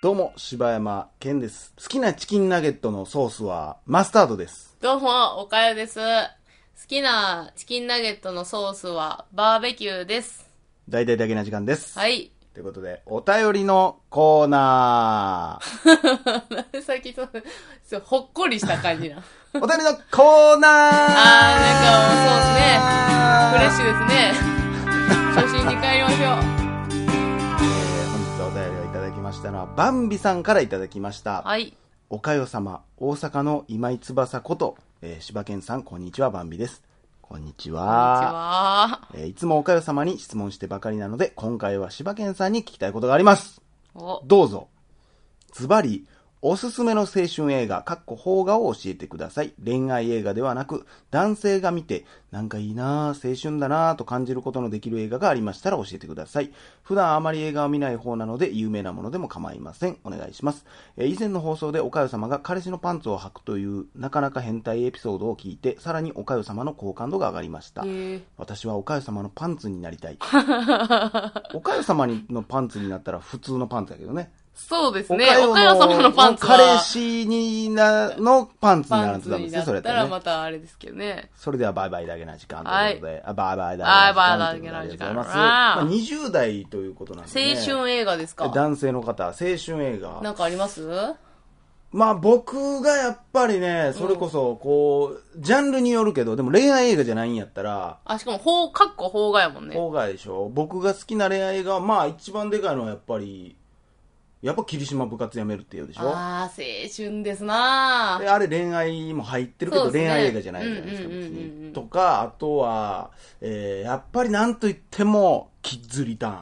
どうも、柴山健です。好きなチキンナゲットのソースはマスタードです。どうも、おかよです。好きなチキンナゲットのソースはバーベキューです。大体だけな時間です。は。い。ということで、お便りのコーナなんでさっきそのそう、ほっこりした感じな。 ー。お便りのコーナーあフレッシね。ュですね。初心に帰りましょえー本日お便りをいただきましたのは、バンビさんからいただきました。う。はい。おかよ様、大阪の今井翼こと、えー、柴犬さん、こんにちは、バンビです。こんにちこんにちは。は。えーいつもおかよ様に質問してばかりなので、今回は柴犬さんに聞きたいことがあります。お、どうぞ。ズバリ、おすすめの青春映画、かっこ邦画を教えてください。恋愛映画ではなく、男性が見て、なんかいいなぁ、青春だなぁと感じることのできる映画がありましたら教えてください。普段あまり映画を見ない方なので、有名なものでも構いません。お願いします。えー以前の放送でおかよ様が彼氏のパンツを履くという、なかなか変態エピソードを聞いて、さらにおかよ様の好感度が上がりましたえ。ー、私はおかよ様のパンツになりた い。おかよ様のパンツになったら普通のパンツだけどね。そうですね。おかよ様のパンツは、彼氏にな、のパンツになパるンんツですねに、なそれやっったたららねま。たあれですけどね。それではバイバイだけな時間とはいいうことで、あバイバイだけな時間バイバイだけな時間ありがとうございます。あまらあ、20代ということなんですね。青春映画ですか男性の方、青春映な画。んかありますまあ僕がやっぱりね、それこそ、こう、ジャンルによるけど、でも恋愛映画じゃないんやったら、あ、しかも、ほう、かっこ邦画やもんね。郊外でしょ僕が好きな恋愛がまあ一番でかいのはやっぱりやっぱ霧島部活やめるっていうでしょあああ、青春ですなあれ恋愛も入ってるけど、そうです恋ね愛映画じゃないじゃないですかうんうん別うんうんにとかあとは、えーやっぱりなんといってもキッズリターン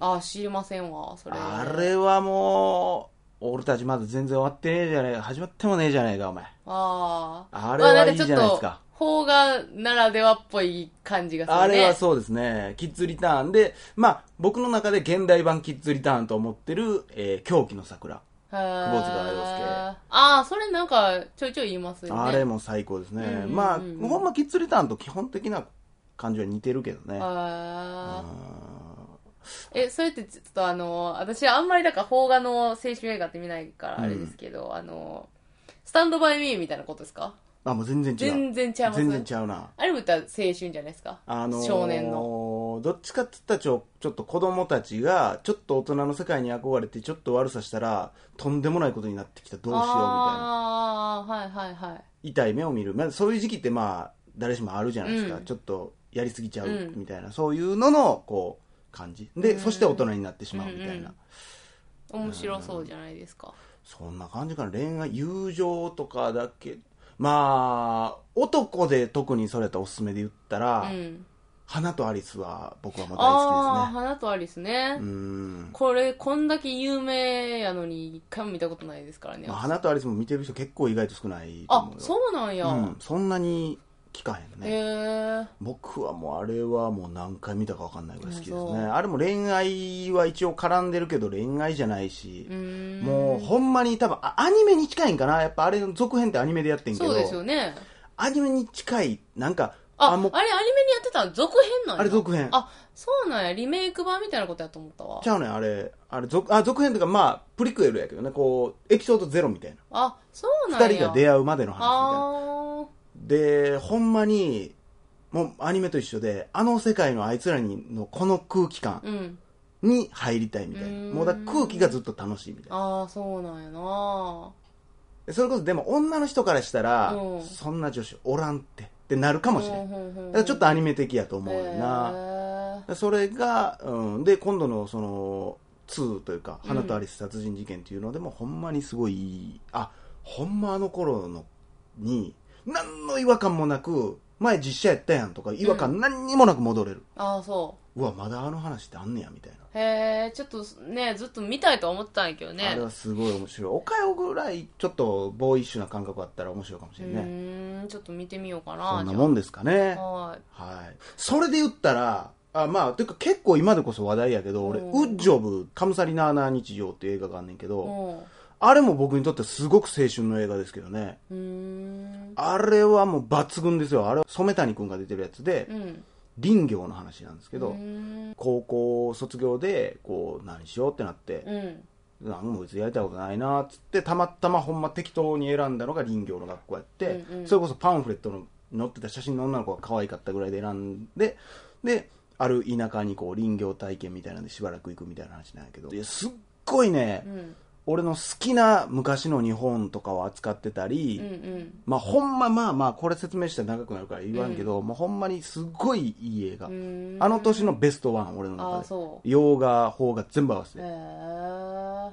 ああ、知りませんわ、それ。あれはもう俺たちまだ全然終わってねえじゃねえか始まってもねえじゃねえかお前ああ。あれはいいじゃないですかまあんちょっと邦画ならではっぽい感じがするね。あれはそうですね。キッズリターンで、まあ、僕の中で現代版キッズリターンと思ってる、えー狂気の桜。へー久保塚洋介ああ、それなんかちょいちょい言いますよね。あれも最高ですね、うんうんうんまあほんまキッズリターンと基本的な感じは似てるけどねあーうえ、それってちょっとあの、私あんまりだから邦画の青春映画って見ないからあれですけど、あの、スタンドバイミーみたいなことですかんあもう全然違う全然ちゃいます全然ちゃうなあれも言ったら青春じゃないですか。あのー少年の。どっちかって言ったらちょちょっと子供たちがちょっと大人の世界に憧れてちょっと悪さしたらとんでもないことになってきたどうしようみたいなああ、はいはいはい。痛い目を見る、まあ、そういう時期ってまあ誰しもあるじゃないですか、うんちょっとやりすぎちゃううんみたいな、そういうののこう感じで、うんそして大人になってしまうみたいな、うんうん面白そうじゃないですか。そんな感じかな恋愛友情とかだけまあ男で特にそれやったらおすすめで言ったら、うん。花とアリスは僕はもうああー、大好き花とアリスね。ですねうん、これ、こんだけ有名やのに、一回も見たことないですからね。まあ、花とアリスも見てる人結構意外と少ないとあ思う、よそうなんや。うん、そんなに聞かへんへね、え。僕はもうあれはもう何回見たか分かんないぐらい好きですあそうねあれも恋愛は一応絡んでるけど恋愛じゃないしう、ーん。もうほんまに多分あアニメに近いんかなやっぱあれの続編ってアニメでやってんけどそうですよね。アニメに近い、なんか、あ、ああれもアニうメにやってたの続編なんや。あれ続編あ、そうなんや。リメイク版みたいなことやと思ったわち。ゃうねん、あれ。あれ、続、あ、続編というか、まあ、プリクエルやけどね、こう、エピソードゼロみたいな。あ、そうなんや。二人が出会う会うまでの話あみたいな。で、ほんまに、もうアニメと一緒で、あの世界のあいつらにのこの空気感ー。うん。に入りたいみたいな。うんもうだから空気がずっと楽しいみたいな。ああ、そうなんやな。それこそでも女の人からしたらうん、そんな女子おらんって、ってなるかもしれ。うんだんうんうんからちょっとアニメ的やと思うよな。へでそれが、うん、で今度のその2というか「花とアリス殺人事件」っていうのでも、ほんまにすごいいいあほんまあの頃のに何の違和感もなく前実写やったやんとか違和感何にもなく戻れる、ーああ、そう。うわまだあの話ってあんねやみたいな、へえ、ちょっとね、ずっと見たいとは思ってたんやけどね。あれはすごい面白いおかよぐらいちょっとボーイッシュな感覚あったら面白いかもしうれないね、ーん、ちょっと見てみようかな。そんなもんですかねじゃあははい。それで言ったら、あまあ、てか結構今でこそ話題やけど、俺、うんウッジョブ、カムサリナーナー日常っていう映画があんねんけい。ど、もあれも僕にとってすごく青春の映画ですけどね。う。うーん。あれはもう抜群ですよ。あれは染谷くんが出てるやつで、うん。林業の話なんですけど、うーん高校卒業でこう何しようってなって、うんなんも別にやりたいことないなっつってたまたまほんま適当に選んだのが林業の学校やって、うんうんそれこそパンフレットの載ってた写真の女の子が可愛かったぐらいで選んでである田舎にこう林業体験みたいなんでしばらく行くみたいな話なんやけどいやすっごいね、うん俺の好きな昔の日本とかを扱ってたり、うんうんまあほんままあまあこれ説明したら長くなるから言わんけど、もうほんまにすっごいいい映画、うーんあの年のベストワン俺のあ中あでそう洋画邦画全部合わせて、へえ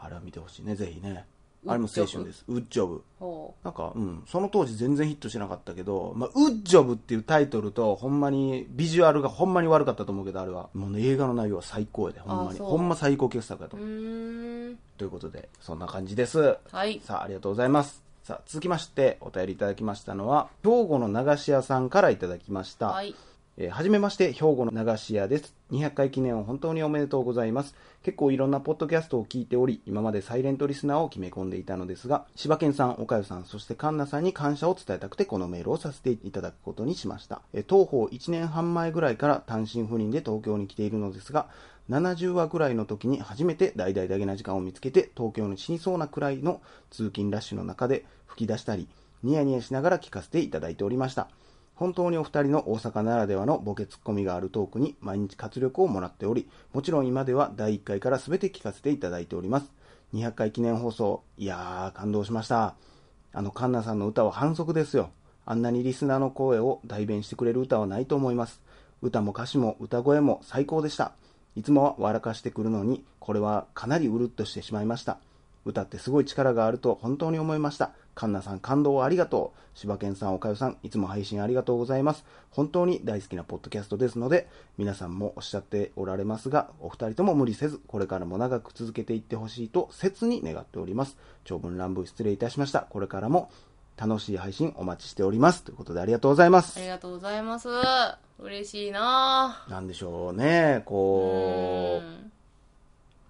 あれは見てほしいねぜひねウッジョブあれも青春ですウッジョブほなんかうんその当時全然ヒットしなかったけど、まあ、ウッジョブっていうタイトルとほんまにビジュアルがほんまに悪かったと思うけどあれはもうね映画の内容は最高やでほんまにあそうほんま最高傑作やとうう思う、ーんということでそんな感じですはいさあ、ありがとうございます。さあ、続きまして、お便りいただきましたのは、兵庫の流し屋さんからいただきました。はいえーはじめまして、兵庫の流し屋です。200回記念を本当におめでとうございます。結構いろんなポッドキャストを聞いており、今までサイレントリスナーを決め込んでいたのですが、柴犬さん、岡代さん、そして神奈さんに感謝を伝えたくて、このメールをさせていただくことにしました。えー当方1年半前ぐらいから単身赴任で東京に来ているのですが、70話くらいの時に初めて大々だけな時間を見つけて、東京に死にそうなくらいの通勤ラッシュの中で吹き出したり、ニヤニヤしながら聞かせていただいておりました。本当にお二人の大阪ならではのボケツッコミがあるトークに毎日活力をもらっており、もちろん今では第1回から全て聞かせていただいております。200回記念放送、いやー、感動しました。あの、カンナさんの歌は反則ですよ。あんなにリスナーの声を代弁してくれる歌はないと思います。歌も歌詞も歌声も最高でした。いつもは笑かしてくるのに、これはかなりうるっとしてしまいました。歌ってすごい力があると本当に思いました。カンナさん感動をありがとう。柴犬さん、おかよさん、いつも配信ありがとうございます。本当に大好きなポッドキャストですので、皆さんもおっしゃっておられますが、お二人とも無理せず、これからも長く続けていってほしいと切に願っております。長文乱文失礼いたしました。これからも楽しい配信お待ちしております。ということでありがとうございまあすり。がとうございます嬉しいななんでしょうね、ぁこうう、ん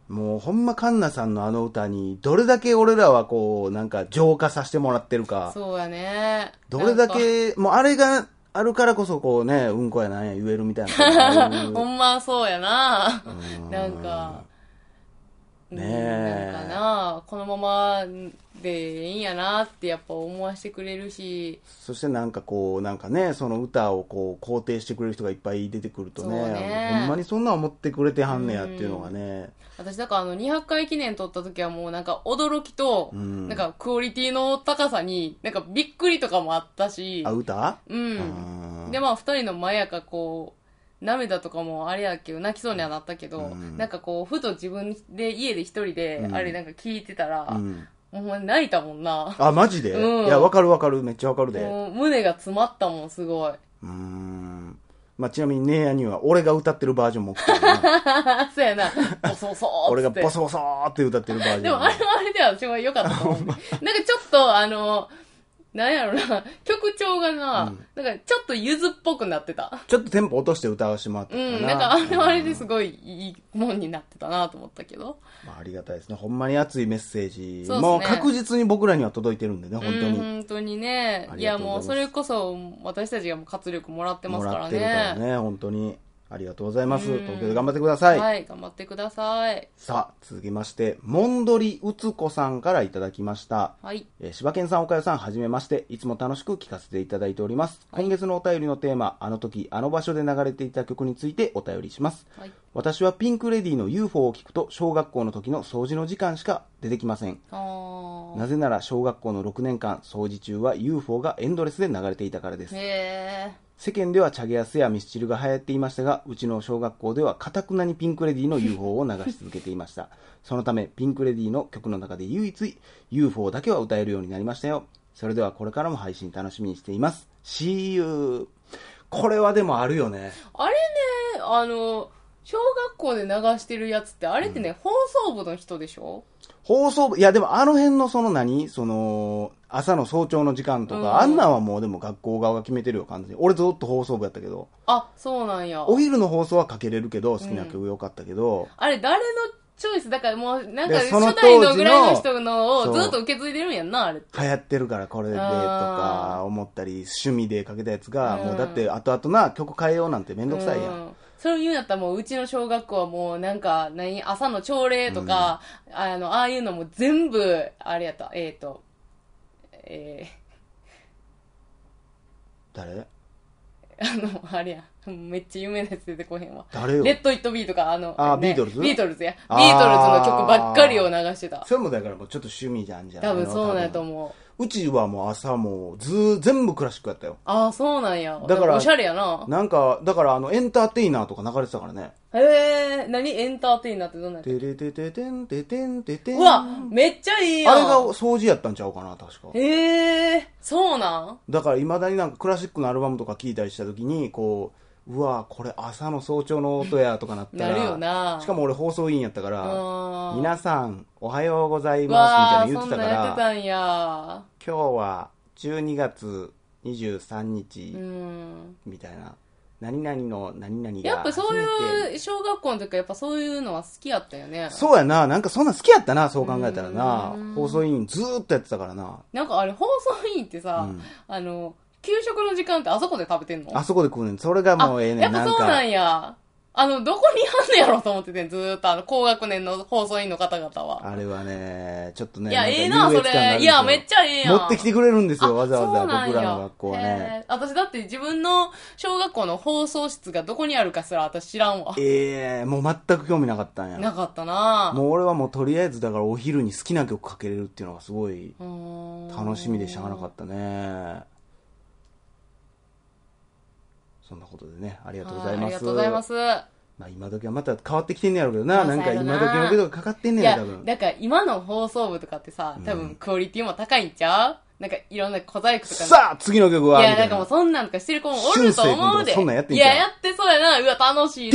もうほんまカンナさんのあの歌に、どれだけ俺らはこう、なんか浄化させてもらってるか。そうやねどれだなんかけ、もうあれがあるからこそこうね、うんこやなんや言えるみたい な。ああいうほんまそうやななんか、ねうえんなんかなこのままでいいんやなってやっぱ思わせてくれるし、そしてなんかこう、なんかね、その歌をこう肯定してくれる人がいっぱい出てくるとね、そうねほんまにそんなん思ってくれてはんねやっていうのがね、私だからあの200回記念撮った時はもうなんか驚きと、うんなんかクオリティの高さに、なんかびっくりとかもあったしあ、、歌うん。うんでまあ二人の前やからこう涙とかもあれやけど泣きそうにはなったけど、うんなんかこうふと自分で家で一人でうんあれなんか聞いてたら、うんほんまに泣いたもんなあ、マジで、うんいや、わかるわかる、めっちゃわかるで。もう胸が詰まったもんすごいうーん。まあ、ちなみにネイヤには俺が歌ってるバージョンも来て るなそうやなボソボソーっつって俺がボソボソーって歌ってるバージョン。でもあれはあれではすごい良かったと思う なんかちょっとあのなんやろな曲調がな、なんかちょっとゆずっぽくなってたちょっとテンポ落として歌わしてもらったうかな。んなんかあれはあれですごいいいもんになってたなと思ったけどまあ、ありがたいですね。ほんまに熱いメッセージ。そうっすねもう確実に僕らには届いてるんでね、本当うんに。本当にねあ。いりがやとうございますもうそれこそ私たちがもう活力もらってまもすかららってるからね。ね、本当に。ありがとうございます。うん東京で頑張ってください。はい、頑張ってください。さあ、続きまして、モンドリうつこさんからいただきました。はい。えー柴犬さん、岡代さん、はじめまして。いつも楽しく聞かせていただいております。今月のお便りのテーマ、あの時、あの場所で流れていた曲についてお便りします。はい。私はピンクレディの UFO を聞くと、小学校の時の掃除の時間しか出てきません。あー。なぜなら小学校の6年間掃除中は UFO がエンドレスで流れていたからですへ世間ではチャゲアスやミスチルが流行っていましたがうちの小学校ではかたくなにピンクレディの UFO を流し続けていましたそのためピンクレディの曲の中で唯一 UFO だけは歌えるようになりましたよそれではこれからも配信楽しみにしています See you これはでもあるよねー。あれね、あの、小学校で流してるやつって、あれってね、放送部の人でしょ放送部いやでもあの辺のその何その朝の早朝の時間とか、うんあんなんはもうでも学校側が決めてるよ完全に俺ずっと放送部やったけどあ、そうなんや。お昼の放送はかけれるけど、好きな曲良かったけど、あれ誰のチョイス、だからもう、なんかでその初当時代ののぐらいの人のそをうずっと受け継いでるんやんな、あれ。流行ってるからこれでとか思ったり、趣味でかけたやつが、うんもうだって後々な曲変えようなんてめんどくさいやん。うんそれを言うんやったらもう、うちの小学校はもう、なんか、何、朝の朝礼とか、あの、ああいうのも全部、あれやった、えっ、ー、と、え誰ー、 あの、あれや、めっちゃ有名なやつ出てこへんわ。誰よレッド・イット・ビーとか、あの、あービートルズビートルズや。ビあーートルズの曲ばっかりを流してた。それもだからもうちょっと趣味なんじゃない多の分そうなんやと思う。うちはもう朝もうずー全部クラシックやったよああ、そうなんや。だからおしゃれやな。なんかだからあのエンターテイナーとか流れてたからねへえ、何エンターテイナーってどんなん「やったてれてててんててんててん」うわ、めっちゃいいやあん。れが掃除やったんちゃうかな確かへえ、そうなんだからいまだになんかクラシックのアルバムとか聞いたりした時にこううわこれ朝の早朝の音やとかなったならるよな。しかも、も俺放送委員やったからあ皆さんおはようございーますみたいなわー言っそてたんなんかやってらたんや。今日は12月23日、うん。みたいな何々の何々がやっぱそう初めいてう、小学校の時はやっぱそういうのは好きやったよね。そうやななんかそんなん好きやったなそう考えたらなうん放送委員ずーっとやってたからななんかあれ、放送委員ってさ、うんあの、給食の時間ってあそこで食べてんのあそこで食うねんそれがもうええねやんっなんぱそうなかんや。あの、どこにあんのやろうと思ってて、ずーっと、あの、高学年の放送委員の方々は。あれはねちょっとねいや、んかええな、優そ越感があるんでれ。いすよや、めっちゃええやん。持ってきてくれるんですよあわざわそうなざんや僕らの学校はねへえ私だって自分の小学校の放送室がどこにあるかすら私知らんわ。ええもう全く興味なかったんなやかったなもう俺はもうとりあえずだからお昼に好きな曲かけれるっていうのがすごいうーん楽しみでしゃあなかったねそんなことでねありがとうございますありがとうございます。まあ今時はまた変わってきてんねやろうけどまな。あなんかそうやろ今な時の曲とかかかってんねいややろ、多分。、だから今の放送部とかってさ、多分クオリティも高いんちゃう、なんかいろんな小細工とか。さあ、次の曲は。いみや、たないんかもうそんなんとかしてる子もおると思俊介君うとで。かそんなんやってんいちゃうや、やってそうやな。うわ、楽 しい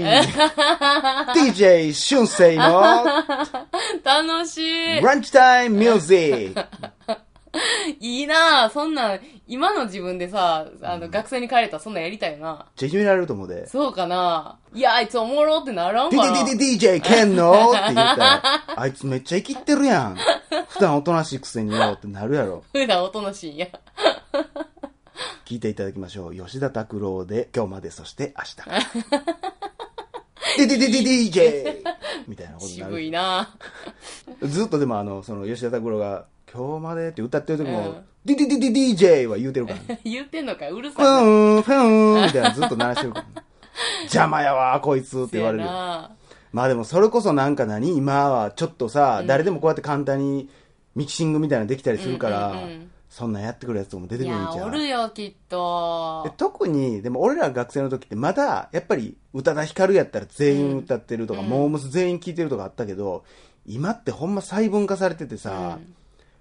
な。 DDDDJ!DJ 俊生の楽しい。ランチタイムミュージックいいなあそんなん、今の自分でさ、あの、学生に帰れたらそんなんやりたいよな。じゃあいじめられると思うで。そうかないや、あいつおもろってならんかな。 DDDDJ ケンのって言ったら、 あいつめっちゃ生きってるやん。普段おとなしいくせによってなるやろ。普段おとなしいんや。聞いていただきましょう。吉田拓郎で、今日まで、そして 明日。DDDDJ! みたいなことになる。渋いなずっとでもあの、その吉田拓郎が、今日までって歌ってる時うんも、ディディディディ DJ は言うてる から、ね、 言ってんのかようるふさいな。ーん、ふーん、みたいなずっと鳴らしてるから、ね、邪魔やわ、こいつって言われるせやよ。なまあでもそれこそなんか何今はちょっとさ、誰でもこうやって簡単にミキシングみたいなのできたりするから、うんうんうんそんなんやってくるやつとかも出ていくるんや、ちゃおうるよ、きっでと。特に、でも俺ら学生の時ってまだ、やっぱり、宇多田ヒカルやったら全員歌ってるとか、モームス全員聴いてるとかあったけど、今ってほんま細分化されててさ、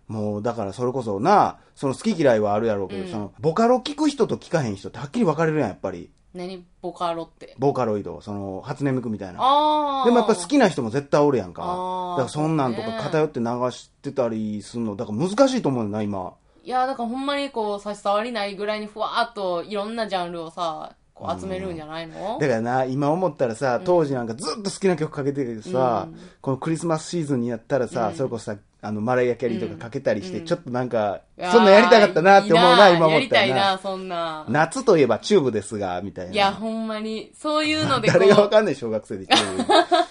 もうだからそれこそな、その好き嫌いはあるやろうけど、その、ボカロ聞く人と聞かへん人ってはっきり分かれるやん、やっぱり。何ボカロって。ボーカロイド、その、初音ミクみたいな。ああ。でもやっぱ好き。きな人も絶対おるやんか。だあーからそんなんとそうかね偏って流してたりするの、だから難しいと思うよな、今。いや、だからほんまにこう、差し障りないぐらいにふわーっといろんなジャンルをさ、こう集めるんじゃないのだからな、今思ったらさ、当時なんかずっと好きな曲かけてるけどさ、このクリスマスシーズンにやったらさ、それこそさ、あの、マライア・キャリーとかかけたりして、ちょっとなんか、そんなんやりたかったなって思うな、いい今思っやりたたらいな。な、そんな。夏といえばチューブですが、みたいな。いや、ほんまに、そういうのでこう、誰がわかんない小学生でチューブ。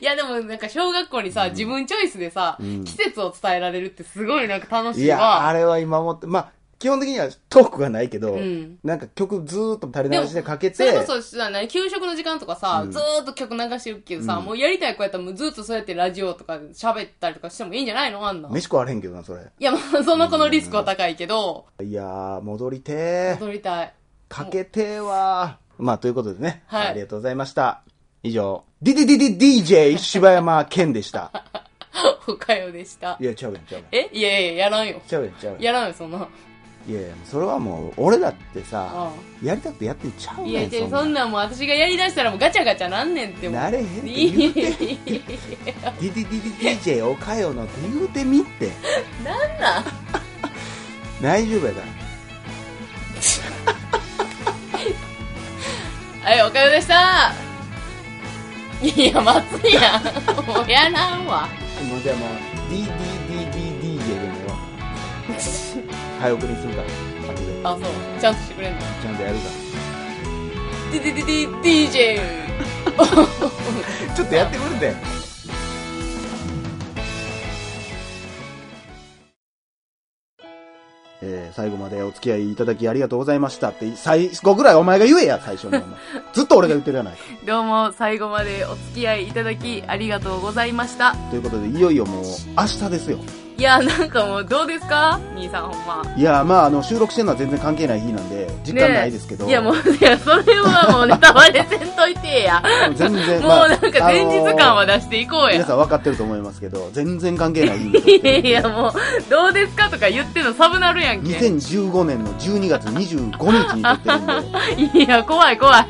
いやでもなんか小学校にさ、自分チョイスでさ、季節を伝えられるってすごいなんか 楽しいいや、あわ。れは今思って、まあ、基本的にはトークがないけど、んなんか曲ずーっと垂れ流しでかけそれてこ、そさ、何給食の時間とかさ、ずーっと曲流してるけどさ、もうやりたい子やったらもうずっとそうやってラジオとかで喋ったりとかしてもいいんじゃないのあんな。い飯食われへんけどな、それ。や、まあ、その子のリスクは高いけど、いやー、戻りてー。踊りたい。かけてーわー。まあ、ということでね、はいありがとうございました。以上、ディディディディ DJ 柴山健で した。おかよでしたい。や、ちゃうやん、ちゃうやん。えいやいや、やらんよ。ちゃうやん、ちゃうややらんよ、そんな。ん。いやいや、それはもう、俺だってさあ、やりたくてやってんちゃういや、ねん、違うそそんんな。なんもう私がやりだしたらもうガチャガチャなんねんってもう。なれへんってい言うて、デい。ィディディディ DJ おかよのって言うてみって。なんなん 大丈夫やから。はい、おかよでしたいや、松やん。もうやらんわ。もうじゃあもう DDDDDJ で もよ早送りにするから後であ、そう。ちゃんとしてくれんの。ちゃんとやるか d d d d DJ。らちょっとやってくるんでえー、最後までお付き合いいただきありがとうございましたって最後ぐらいお前が言えや最初にお前ずっと俺が言ってるやないかどうも、最後までお付き合いいただきありがとうございました。ということでいよいよもう明日ですよいや、なんかもうどうですか兄さんほんま。いやーまああの収録してるのは全然関係ない日なんで時間ないですけど、ねえいやもう、いや、それはもうネタバレせんといてや。全も然うまあなんか前日感は出していこう皆やさ。ん分かってると思いますけど全然関係ない日ですいや いや、もう、どうですかとか言ってんのサブなるやんけ。 2015年の12月25日に撮ってるんで、いや、怖い怖い。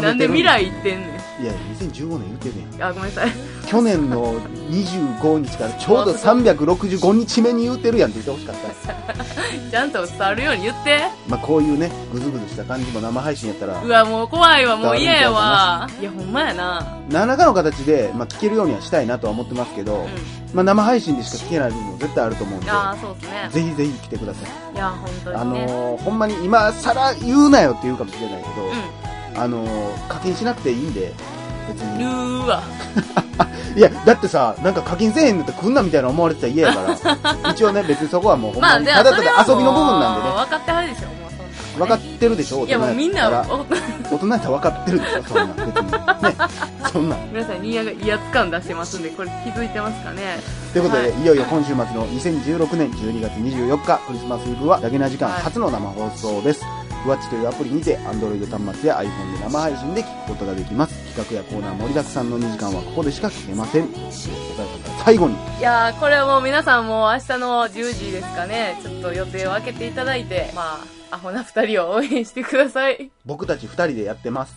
なんで未いや来言ってんねいや、2015年言ってるやん。ん。あ、ごめんな さい。去年の25日からちょうど365日目に言ってるやんって言ってほしかった。ちゃんと伝わるように言って。まあこういうね、ぐずぐずした感じも生配信やったらう、わ、もう怖いわ、もう嫌やわ。いや、ほんまやな。何らかの形で、まあ聞けるようにはしたいなとは思ってますけど、うまあ生配信でしか聞けない部分も絶対あると思うんん。で、ああ、そうですね。ぜひぜひ来てください。いや、本当あにね。のー、ほんまに今更言うなよって言うかもしれないけど、うあのー、課金しなくていいんで、別ん。にる。ーわ。いや、だってさ、なんか課金せえへんのって来んなみたいな思われてたら嫌や から、一応ね、別にそこはもうほんままあ、に、でたはだそたれはだ遊もうびの部分なんでね、分かってはるでしょ、もうそんな。分かってるでしょ、いや、もうみんな、大人やったらお ご大人やったら分かってるでしょ、そんなん、別に。ね、そんなん。めんなさい、ニーヤが威圧感出してますんで、これ気づいてますかね。ということで、、はいよいよ今週末の2016年12月24日、クリスマスイブは、ダゲな時間初の生放送です。ふわっちというアプリにて、Android 端末や iPhone で生配信で聞くことができます。企画やコーナー盛りだくさんの2時間はここでしか聞けません。最後に、いやー、これはもう皆さんもう明日の10時ですかね、ちょっと予定を空けていただいて、まあ、アホな二人を応援してください。僕たち2人でやってます。